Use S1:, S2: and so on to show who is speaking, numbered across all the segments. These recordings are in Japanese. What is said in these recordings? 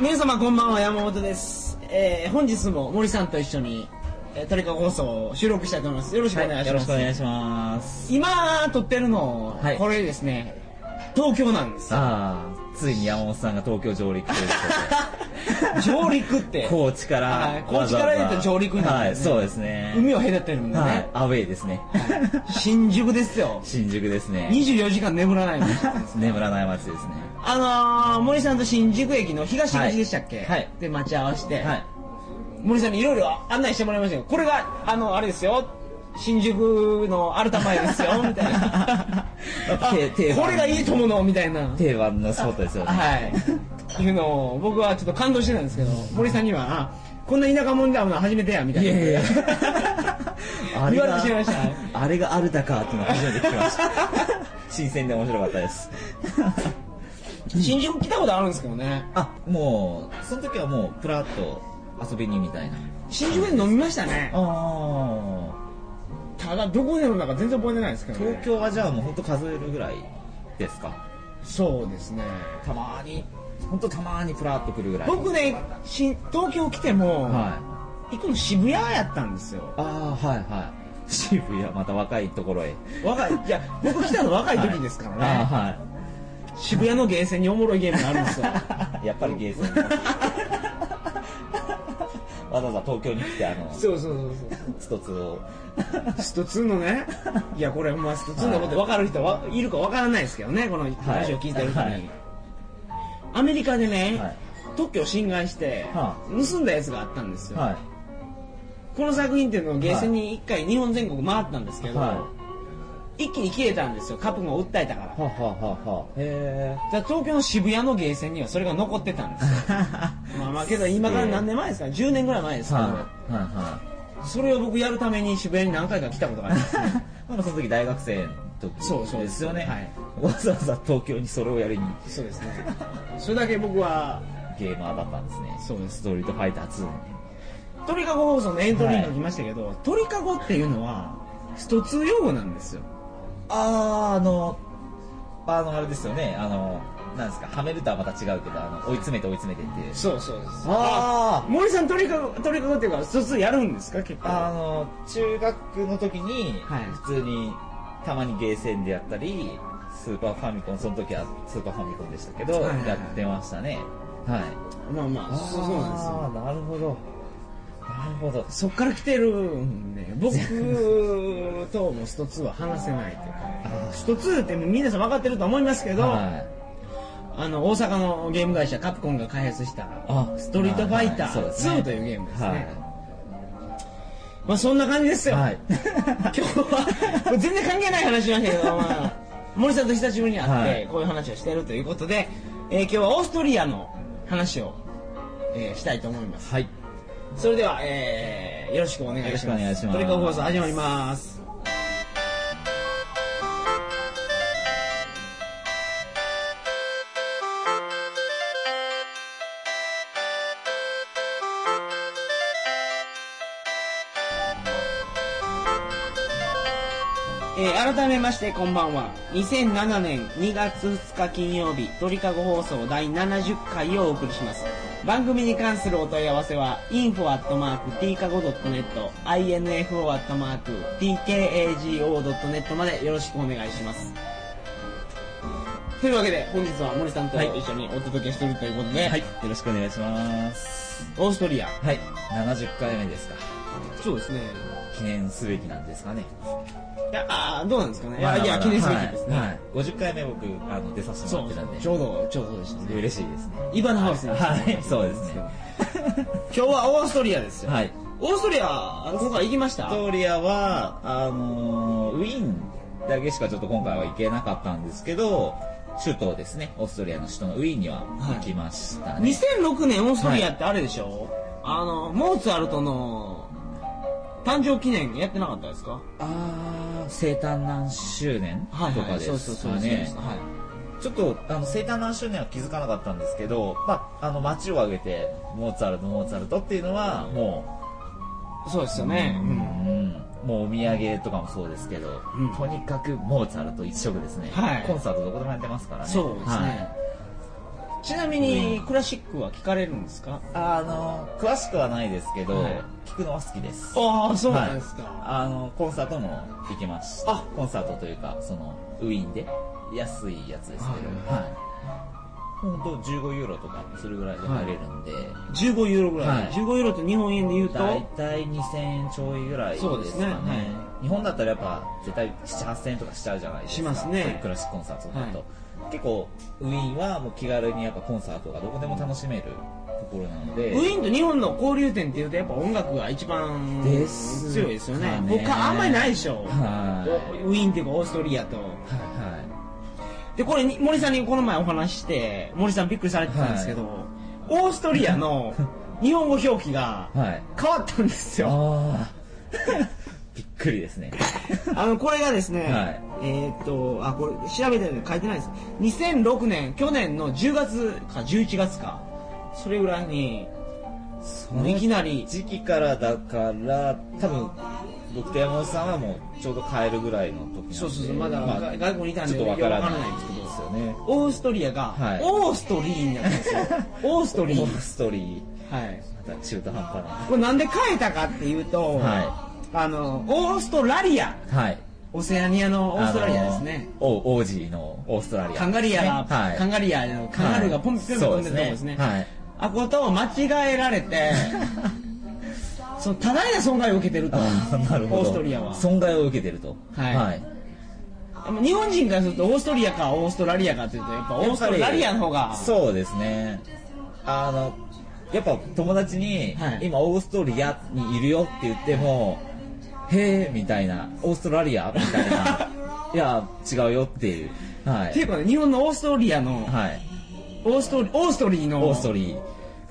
S1: 皆様こんばんは山本です、えー、本日も森さんと一緒に、えー、トリカ放送を収録したいと思いますよろしくお願いし
S2: よ
S1: ま
S2: ろし
S1: す、
S2: くお願いします。
S1: 今撮ってるの、
S2: はい
S1: これですね東京なんですよ
S2: ああ、ついに山本さんが東京上陸というこ
S1: 上陸って
S2: とで、高知から
S1: はい、
S2: わざ
S1: 高
S2: わざ
S1: 知から言うと上陸にな
S2: は
S1: るん
S2: い、
S1: ですね
S2: そうですね。
S1: 海を隔てるんでね、
S2: はい、アウェイですね。
S1: 新宿ですよ
S2: 新宿ですね。
S1: 24時間眠ら ないんですよ
S2: 眠らない街ですね。
S1: あのー、森さんと新宿駅の東口でしたっけ、
S2: はいはい
S1: で待ち合わせて、
S2: はい。
S1: 森さんにいろいろ案内してもらいましたよこれがあのあれですよ新宿のアルタ前です よみたいなあ
S2: 定定番
S1: これがいいと思うのみたいな
S2: 定番のスポットですよね。
S1: はいいうのを僕はちょっと感動してたんですけど森さんにはあ「こんな田舎者だもの初めてや」みたいな
S2: いやいやいやあれ
S1: 言われ
S2: が
S1: てしまいました
S2: あれがアルタかっていうのを初めて聞きました。 新鮮で面白かったです。
S1: 新宿来たことあるんですけどね
S2: あ、もう、その時はもう、プラッと遊びにみたいな。
S1: 新宿で飲みましたね
S2: ああ。
S1: ただどこで飲んだか全然覚えてないですけど、ね、
S2: 東京はじゃあもう本当数えるぐらいですか
S1: そうですね
S2: たまーに本当たまーにプラーっとくるぐらい
S1: 僕ね新東京来ても、
S2: はい
S1: 行くの渋谷やったんですよ
S2: ああはいはい渋谷また若いところへ
S1: 若いいや僕来たの若い時ですからね、
S2: ああ
S1: 渋谷のゲーセンにおもろいゲームがあるんですよ
S2: はい やっぱりゲーセンわざわざ東京に来てあ の
S1: そうそうそう
S2: ストツを
S1: そうスト2のねいやこれほんまスト2のこと分かる人はいるか分からないですけどねこのラジオ聞いてる人に、
S2: はい
S1: アメリカでね、
S2: はい
S1: 特許を侵害して
S2: は
S1: 盗んだやつがあったんですよ、
S2: は
S1: この作品っていうのをゲーセンに1回日本全国回ったんですけ
S2: いはい
S1: ど、
S2: は
S1: 一気に切れたんですよカプコンを訴えたからだ
S2: あ
S1: か
S2: はあはあへ
S1: ら東京の渋谷のゲーセンにはそれが残ってたんですよまあまあけど今から何年前ですか10年ぐらい前です
S2: え
S1: けど、
S2: はいはいは
S1: それを僕やるために渋谷に何回か来たことがあります
S2: い まだその時大学生の時
S1: そうそう
S2: ですよね、
S1: は
S2: わざわざ東京にそれをやりに
S1: そうですねそれだけ僕は
S2: ゲーマーだったんですね
S1: そうです
S2: ストリートファイター2の
S1: 鳥かご放送のエントリーに書きましたけど、鳥かごっていうのはスト2用語なんですよ
S2: あーあのあのあれですよねあのなんですかはめるとはまた違うけどあの追い詰めて追い詰めてっていう
S1: そうそうです
S2: あー
S1: 森さん鳥かご鳥かごっていうかスト2やるんですか結構
S2: あの中学の時に
S1: はい
S2: 普通にたまにゲーセンでやったりスーパーファミコンその時はスーパーファミコンでしたけど、
S1: はいはいはい
S2: やってましたねはい
S1: まあまあそうそうなんですよ
S2: あーなるほどなるほど
S1: そっから来てるんで、僕ともスト2は話せないというか、スト2って皆さん分かってると思いますけど、
S2: はい
S1: あの、大阪のゲーム会社カプコンが開発した
S2: あ、
S1: ストリートファイタ
S2: はいそう
S1: ー
S2: ですね
S1: 2というゲームですね。
S2: は
S1: まあそんな感じです
S2: い
S1: よ。
S2: はい
S1: 今日は、これ全然関係ない話しましたけ ど、まあ、森さんと久しぶりに会っ
S2: は
S1: て、
S2: い
S1: こういう話をしてるということで、えー今日はオーストリアの話を、えーしたいと思います。
S2: はい
S1: それでは、えーよろしくお願いします。
S2: よろしくお願いします
S1: トリカゴ放送始まります。えー改めましてこんばんは2007年2月2日金曜日鳥かご放送第70回をお送りします番組に関するお問い合わせは info.tkago.net info.tkago.net までよろしくお願いしますというわけで本日は森さんと一緒にお届けしているということで、
S2: はい、よろしくお願いします。
S1: オーストリア
S2: はい、70回目ですか。
S1: そうですね
S2: 記念すべきなんですかね。
S1: いやあーどうなんですかね、
S2: まだまだ
S1: いや記念すべきですね、
S2: はい。はい50回目僕、あの、出させ
S1: そ
S2: てもらっ
S1: う
S2: てたんで。
S1: ちょうどちょうどでしたね
S2: 嬉しいですね。
S1: イバナハウスに、
S2: はい、そうです
S1: 今
S2: ね。
S1: 日はオーストリアですよ、
S2: はい。
S1: オーストリア今回行きました
S2: オーストリアは、あのーウィーンだけしかちょっと今回は行けなかったんですけど、首都ですね、オーストリアの首都のウィーンには行きましたね。
S1: 2006年オーストリアってあれでしょ、あのモーツァルトの誕生記念やってなかったですか
S2: あー、生誕何周年と
S1: はいは
S2: か
S1: い
S2: です
S1: そうそうそう
S2: か
S1: そうです
S2: ね。
S1: はい
S2: ちょっとあの生誕何周年は気づかなかったんですけど、まあ、あの街を挙げてモーツァルトモーツァルトっていうのはも
S1: そうですよ
S2: う、
S1: ね、うん
S2: うんもうお土産とかもそうですけど、
S1: うん
S2: とにかくモーツァルト一色ですね、
S1: はい
S2: コンサートどこでもやってますからね
S1: そうですね、
S2: はい
S1: ちなみに、クラシックは聞かれるんですか
S2: あの詳しくはないですけど、
S1: はい
S2: 聞くのは好きです
S1: ああ、そ
S2: はいあのコンサートも行きました
S1: あ
S2: コンサートというかそのウィーンで安いやつですけど
S1: は
S2: はい本当15ユーロとかそれぐらいで入れるんで、
S1: 15ユーロぐらい、
S2: はい
S1: 15ユーロって日本円で言うと
S2: 大体2000円ちょいぐらいですか
S1: そう
S2: ね
S1: ですねはい
S2: 日本だったらやっぱ絶対78000円とかしちゃうじゃないですか
S1: しますね
S2: そういうクラシックコンサートだと、結構ウィーンはもう気軽にやっぱコンサートがどこでも楽しめるところなので
S1: ウィーンと日本の交流点っていうとやっぱ音楽が一番
S2: です
S1: 強いですよね
S2: かね
S1: 他あんまりないでしょ、
S2: はい
S1: ウィーンっていうかオーストリアと
S2: はいはい
S1: でこれに森さんにこの前お話しして森さんびっくりされてたんですけど、オーストリア の日本語表記が
S2: はい。
S1: 変わったんですよ
S2: ああ。 びっくりですね。
S1: あのこれがですね、
S2: はい
S1: えーっとあこれ調べたの書いてないです2006年去年の10月か11月かそれぐらいに
S2: そ
S1: もういきなり
S2: 時期からだから、多分、僕と山本さんはもうちょうど帰るぐらいの時なんで。
S1: そうそうそうまだ
S2: あ
S1: 外外国にいたんで
S2: ちょっとわからな
S1: よ
S2: い
S1: くわからないんですけど
S2: ですよね。
S1: オーストリアが、
S2: はい
S1: オーストリーになったんです よオーストリ
S2: オ
S1: ー
S2: ーストリー、
S1: はい
S2: また中途半端な。
S1: これなんで変えたかっていうと、
S2: は
S1: あのオーストラリア
S2: はい。
S1: オセアニアのオーストラリアですね、
S2: あの。おオージーのオーストラリア。
S1: カンガリアが、
S2: はい。
S1: カンガリアのカンガルーがポンピョンピョン飛んでるとこ
S2: はい
S1: ですね、
S2: はい。
S1: あことを間違えられ てその多大な損害を受けてると
S2: あ ーなるほど。
S1: オーストリアは
S2: 損害を受けてると。
S1: はい日本人からするとオーストリアかオーストラリアかというとやっぱオーストラリアの方が
S2: そうですねあのやっぱ友達に、
S1: はい
S2: 今オーストリアにいるよって言ってもへえみたいなオーストラリアみた いないや違うよっていうは
S1: ってい
S2: いう
S1: かね日本のオーストリアの
S2: はい
S1: オーストリオーストリーの
S2: オーストリ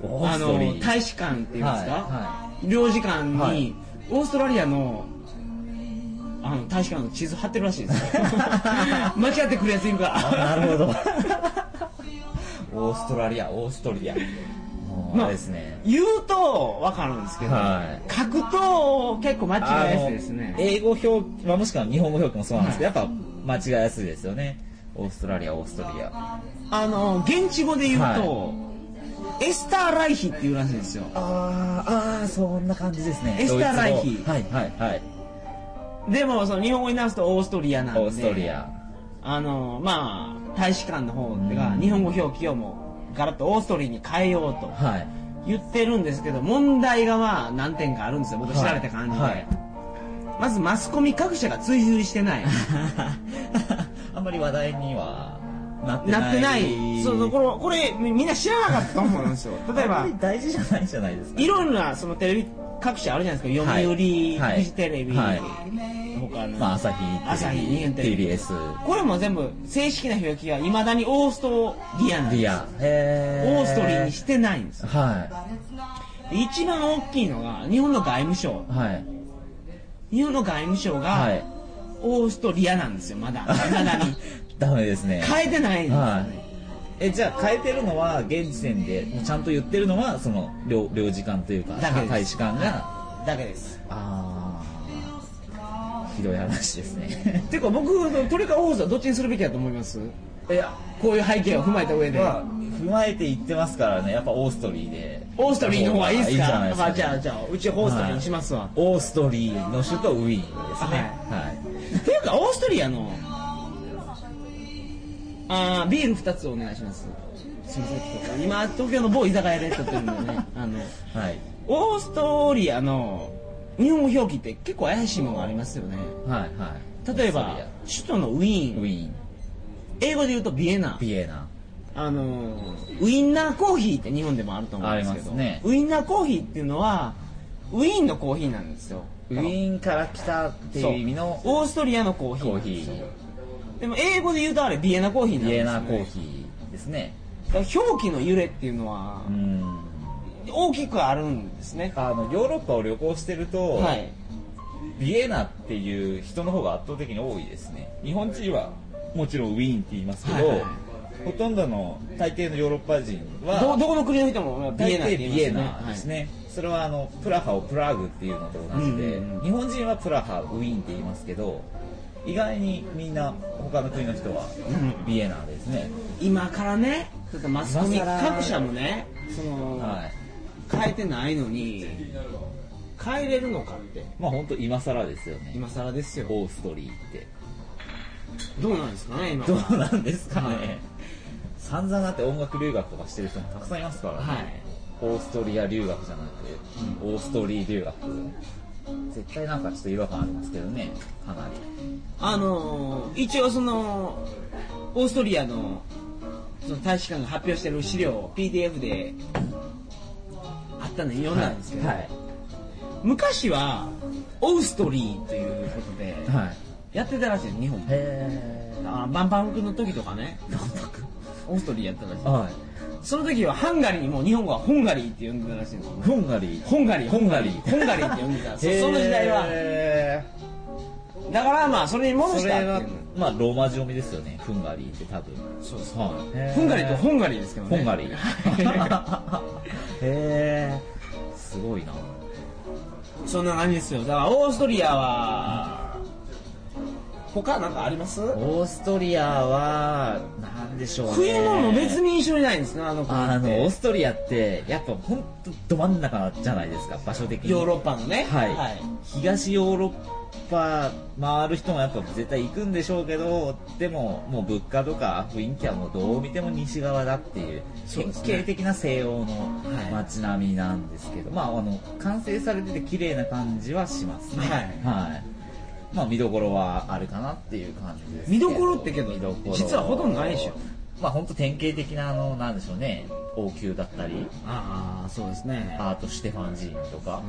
S2: ーオー
S1: あ
S2: ストリ
S1: の
S2: ー
S1: 大使館っていうんですか、
S2: は
S1: 領事館に、
S2: はい
S1: オーストラリアのあの大使館の地図貼ってるらしい ですよ間違ってくるやついるか
S2: あ
S1: ら
S2: なるほどオーストラリアオーストリアもう
S1: まあ
S2: あれですね
S1: 言うと分かるんですけど、
S2: はい
S1: 書くと結構間違
S2: あ
S1: いやす
S2: の
S1: いですね
S2: 英語表、まあ、もしくは日本語表記もそうなんですけど、やっぱ間違いやすいですよねオーストラリアオーストリア
S1: あの現地語で言うと、エスターライヒっていうらしいんですよ
S2: あーあーそんな感じですね
S1: エスターライヒ
S2: ドイツ語はいはいはい
S1: でもその日本語に直すとオーストリアなんで
S2: オーストリア
S1: あのまあ大使館の方が
S2: うん
S1: 日本語表記をもうガラッとオーストリーに変えようと
S2: はい
S1: 言ってるんですけど問題がまあ何点かあるんですよ僕調べた感じで、
S2: はい
S1: まずマスコミ各社が追従してない
S2: あんまり話題にはなってない
S1: なってないそうそうこれこれみんな知らなかったと思うんです よ例え
S2: あ
S1: ば
S2: んまり大事じゃないじゃないですか
S1: いろんなそのテレビ各社あるじゃないですか
S2: はい
S1: 読売、
S2: はい
S1: フジテレビ、
S2: はい
S1: 他の、
S2: まあ朝日
S1: 朝日日本テレビ
S2: TBS
S1: これも全部正式な表記がいまだにオーストリアなんです
S2: リア
S1: オ
S2: へ
S1: ーストリーにしててないんですよ
S2: は
S1: 一番大きいのが日本の外務省
S2: いはい
S1: 日本の外務省が、
S2: はい
S1: オーストリアなんですよまだいまだに
S2: ダメですね
S1: 変えてないんですよね、
S2: はいえじゃあ変えてるのは現時点でもうちゃんと言ってるのはその領領事館というか
S1: だけです
S2: 大使館が
S1: だけです
S2: ああひどい話ですね
S1: ていうか僕トリカ放送はどっちにするべきだと思います
S2: いや
S1: こういう背景を踏まえた上で、
S2: まあ踏まえて言ってますからねやっぱオーストリーで
S1: オーストリーの方がいいですか
S2: じゃないですか、
S1: あじゃあじゃあうちオーストリーにしますわ、
S2: オーストリーの首都ウィーンですねはい、
S1: っていうかオーストリアのあービール2つお願いしますすいませんちょっと今東京の某居酒屋で撮ってるんで ねあの
S2: はい
S1: オーストリアの日本語表記って結構怪しいものがありますよね
S2: はいはい
S1: 例え
S2: オー
S1: ば
S2: ス
S1: 首都のウィ
S2: ト
S1: ーン
S2: リアウィーン
S1: 英語で言うとビエナ
S2: ビエナ
S1: あのーウインナーコーヒーって日本でもあると思うんですけど
S2: ありますね
S1: ウインナーコーヒーっていうのはウィーンのコーヒーなんですよ
S2: ウィーンから来たっていう意味の
S1: オーストリアのコーヒー
S2: コ
S1: な
S2: ー
S1: ん
S2: ヒ
S1: ですよ
S2: ー
S1: でも英語で言うとあれビエナコーヒーなんです
S2: ビ
S1: よ、ね、
S2: エナコーヒーですね
S1: だから表記の揺れっていうのは
S2: うん
S1: 大きくあるんですね
S2: あのヨーロッパを旅行してると、
S1: はい
S2: ビエナっていう人の方が圧倒的に多いですね日本人はもちろんウィーンって言いますけど、
S1: はいはい
S2: ほとんどの大抵のヨーロッパ人
S1: ど
S2: は
S1: どこの国の人もビ
S2: 大
S1: エナって
S2: 抵
S1: 言い
S2: ビエナ
S1: ま
S2: ですす
S1: よね
S2: ね、それはあのプラハをプラグっていうのと同じで、
S1: うんうんうん
S2: 日本人はプラハウィーンって言いますけど意外にみんな他の国の人は
S1: ん
S2: ビエナですね、
S1: はい今からねちょっとマスコミ
S2: 今更
S1: 各社もねその、
S2: はい
S1: 変えてないのに変えれるのかって
S2: まあ本当今更ですよね
S1: 今更ですよ
S2: オーストリーって
S1: どうなんですかね今
S2: ど
S1: は
S2: うなんですかね、
S1: はい
S2: 散々だって音楽留学とかしてる人もたくさんいますからね、
S1: はい
S2: オーストリア留学じゃなくて、オーストリー留学絶対なんかちょっと違和感ありますけどねかなり
S1: あのー一応そのオーストリアのその大使館が発表してる資料を PDF であったのに読んだんですけど、
S2: はい
S1: 昔はオーストリーということで
S2: はい、
S1: やってたらしいよ日本も
S2: へえ
S1: あ万博の時とかねオーストリーやったらしい
S2: は
S1: その時はハンガリーも日本語はホンガリーって呼んでたらしいんですよ
S2: いホンガリー
S1: ホンガリー
S2: ホンガリ
S1: ホンガリーって呼んでたそその時代は
S2: は
S1: だからまあそれに戻
S2: そ
S1: したって
S2: れ
S1: いう
S2: は
S1: の
S2: まあローマ字読みですよねフンガリーって多分
S1: そうです
S2: はい
S1: ホンガリーとホンガリーですけどね
S2: ホンガリーへえすごいな
S1: そんな感じですよだからオーストリアは他なんかあります
S2: オーストリアはなんでしょうね
S1: 冬物も別に印象にないんですねあの子
S2: あのオー
S1: ヨ
S2: ストリアってやっぱ本当ど真ん中じゃないですか場所的に
S1: ーロッパのね
S2: はい、東ヨーロッパ回る人もやっぱ絶対行くんでしょうけどでももう物価とか雰囲気はもうどう見ても西側だっていう
S1: そう
S2: 典
S1: ですね
S2: 型的な西洋の
S1: はい
S2: 街並みなんですけど、まああの完成されてて綺麗な感じはしますね
S1: はい
S2: いまあ見どころはあるかなっていう感じです
S1: 見どころってけど
S2: 見どころ
S1: 実はほとんどないでしょ
S2: まあ本当典型的なあのなんでしょうね王宮だったり
S1: ああそうですね
S2: アートシュテファン寺院とか、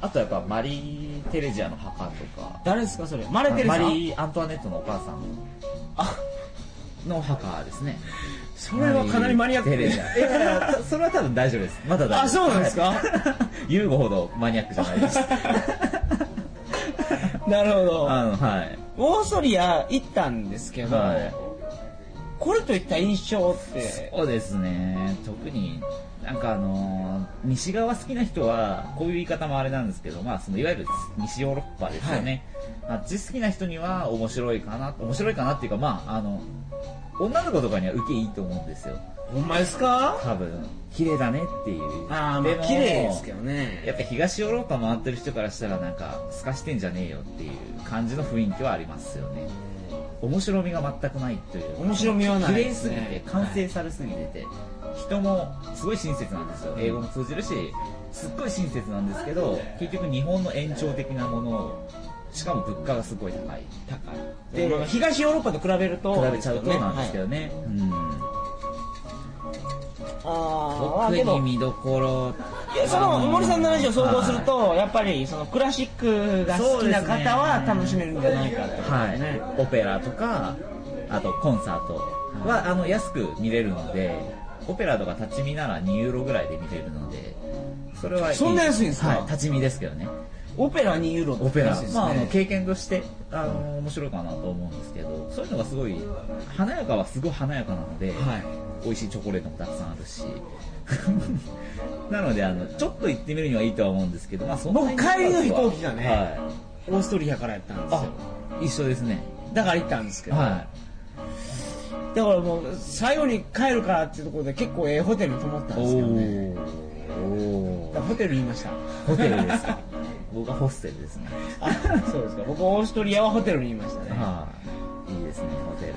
S2: あとやっぱマリー・テレジアの墓とか
S1: 誰ですかそれマレテレ
S2: マ
S1: さん
S2: リー・アントワネットのお母さん
S1: あ
S2: の墓ですね
S1: それはかなりマニアック
S2: マリーテレジャいやい やそれは多分大丈夫ですまだ大丈夫
S1: あそうなんですか
S2: はい 言うほどマニアックじゃないです
S1: なるほど
S2: あのはい
S1: オーストリア行ったんですけど、
S2: は
S1: これといった印象って
S2: いそうですね特になんかあのー西側好きな人はこういう言い方もあれなんですけどまあそのいわゆる西ヨーロッパですよね、あっち好きな人には面白いかな面白いかなっていうかまああの女の子とかには受けいいと思うんですよ
S1: ほんまですか
S2: 多分綺麗だねっていう
S1: ああまあ綺麗ですけどね
S2: やっぱ東ヨーロッパ回ってる人からしたらなんか透かしてんじゃねえよっていう感じの雰囲気はありますよね面白みが全くないという
S1: 面白みはない
S2: 綺
S1: で
S2: 麗
S1: す
S2: す
S1: ね
S2: ぎて完成されすぎてて、人もすごい親切なんですよ英語も通じるしすっごい親切なんですけど結局日本の延長的なものをしかも物価がすごい高い
S1: 高い
S2: で
S1: で東ヨーロッパと比べると
S2: 比べちゃうとなんですけどね、うん
S1: ああ
S2: 特
S1: けど
S2: に見どころ
S1: いやその森さんの話を想像するとやっぱりそのクラシックが好きな方は楽しめるんじゃないかってこと
S2: は
S1: ですね
S2: い、オペラとかあとコンサートはあの安く見れるのでオペラとか立ち見なら2ユーロぐらいで見れるのでそれはいい
S1: そんな安いんですか
S2: はい、立ち見ですけどね
S1: オペラ2ユーロって
S2: オペラ、
S1: 話ですね
S2: まあ、あの経験としてあの面白いかなと思うんですけどそういうのがすごい華やかはすごい華やかなので、
S1: は
S2: 美味しいチョコレートもたくさんあるし なのであのちょっと行ってみるにはいいとは思うんですけど、まあ、そんなに
S1: 僕帰りの飛行機がね
S2: はい、
S1: いオーストリアからやったんです
S2: あ
S1: よ
S2: 一緒ですね
S1: だから行ったんですけど
S2: は
S1: だからもう最後に帰るからっていうところで結構ええホテルに泊まった
S2: い
S1: んですけどね
S2: お
S1: だからホテルにいました
S2: ホテルです か僕はホステルですね
S1: あそうですか僕オーストリアはホテルにいましたね
S2: はいいいですねホテル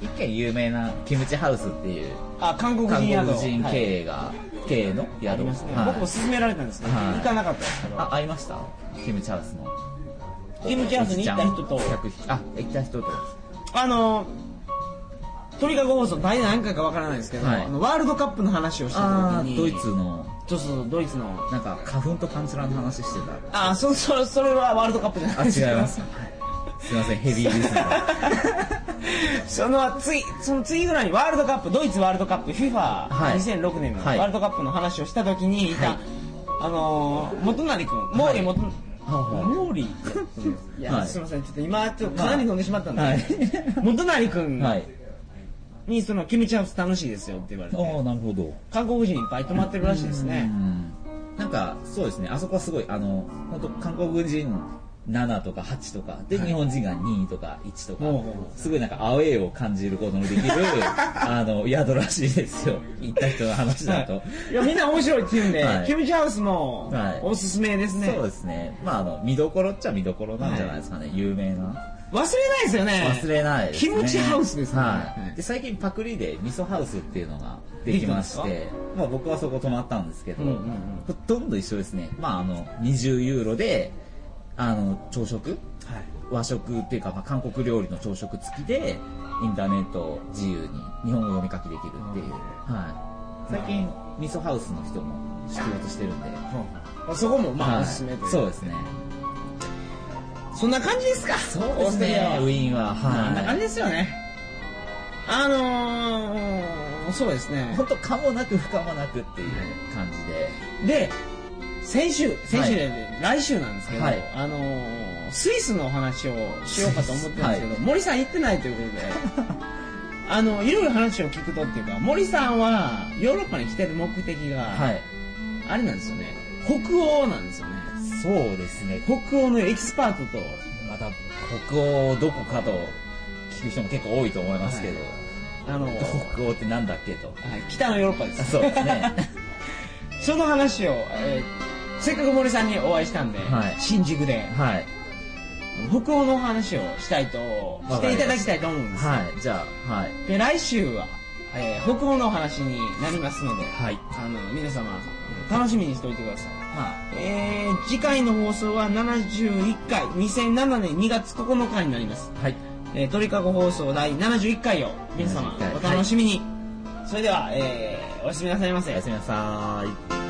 S2: 一軒有名なキムチハウスっていう
S1: あ韓国人
S2: 韓
S1: 宿
S2: 国人
S1: はい
S2: 経営が、経営の宿
S1: ありますね、
S2: はい
S1: 僕も勧められたんですけど、
S2: はい
S1: 行かなかったですけど
S2: あ会いましたキムチハウスの
S1: キムチハウスに行った人と
S2: おじちゃん客引きあ行った人と
S1: あの鳥かご放送第何回かわからないですけど、
S2: はい
S1: あのワールドカップの話をしてた
S2: あ
S1: 時
S2: ー
S1: に
S2: ドイツの
S1: そうそうドイツの
S2: なんか花粉とパンチラの話してた
S1: あーそそそれはワールドカップじゃな
S2: あ
S1: いです
S2: 違いますすいませんヘビーリス ナー
S1: その次その次ぐらいにワールドカップドイツワールドカップ FIFA2006 年のワ
S2: はい
S1: ールドカップの話をした時にいた、
S2: はい
S1: あのー元成君毛利元
S2: は
S1: 毛
S2: い
S1: 利いや、
S2: はい
S1: すいませんちょっと今ちょっとかなり飲んでしまったんで、
S2: はい
S1: 元成君
S2: はい
S1: にその「キムチハウス楽しいですよ」って言われて
S2: ああなるほど
S1: 韓国人いっぱい泊まってるらしいですね
S2: うんなんかそうですねあそこはすごいあの本当韓国人7とか8とかで、
S1: はい
S2: 日本人が2とか1とか、
S1: おうおう
S2: すごいなんかアウェーを感じることのできる あの宿らしいですよ行った人の話だ と、
S1: いや、みんな面白いって言うんで、
S2: はい
S1: キムチハウスも
S2: はい
S1: おすすめですね。
S2: そうですねまああの見どころっちゃ見どころなんじゃないですかね、有名な
S1: 忘れないですよね。
S2: 忘れないです、ね、
S1: キムチハウスですね
S2: はい、で最近パクリで味噌ハウスっていうのができまし
S1: できたん
S2: てまあ、僕はそこ泊まったんですけど、
S1: うんうんうん
S2: ほとんど一緒ですねまああの20ユーロであの朝食
S1: はい。
S2: 和食っていうか、まあ、韓国料理の朝食付きでインターネット自由に日本語読み書きできるっていう、
S1: うん
S2: はい、最近味噌ハウスの人も出没してるんで、
S1: まあそこもま
S2: は
S1: あ
S2: い
S1: おすすめという。
S2: そうですね
S1: そんな感じですか。
S2: そう
S1: オ
S2: で
S1: ース
S2: す
S1: トラリア
S2: ね
S1: は
S2: ウィーンは
S1: そんな
S2: は
S1: 感じ
S2: い
S1: ですよね。あのー、そうですね。
S2: 本当可もなく不可もなくっていう感じで
S1: で、先週、先週で、来週なんですけど、
S2: はい
S1: あのー、スイスのお話をしようかと思ってるんですけど、
S2: は
S1: 森さん行ってないということで、 あの、いろいろ話を聞くとっていうか、森さんはヨーロッパに来てる目的が、
S2: はい
S1: あれなんですよね、北欧なんですよね。
S2: そうですね
S1: 北欧のエキスパートと、
S2: また北欧どこかと聞く人も結構多いと思いますけど、
S1: あの、は
S2: 北欧ってなんだっけと
S1: い北のヨーロッパです。
S2: そうですね
S1: その話を、えーせっかく森さんにお会いしたんで、
S2: はい
S1: 新宿で
S2: はい
S1: 北欧の話をしたいと
S2: わ
S1: して
S2: かりました
S1: いただきたいと思うんです、
S2: はいじゃあはい
S1: で来週は、えー北欧のお話になりますので
S2: はい
S1: あの皆様楽しみにしておいてください
S2: ま
S1: えー次回の放送は71回2007年2月9日になります、
S2: あはい
S1: えー、鳥かご放送第71回を皆様
S2: 71回
S1: お楽しみに、それでは、えーおやすみなさいませ
S2: おやすみなさーい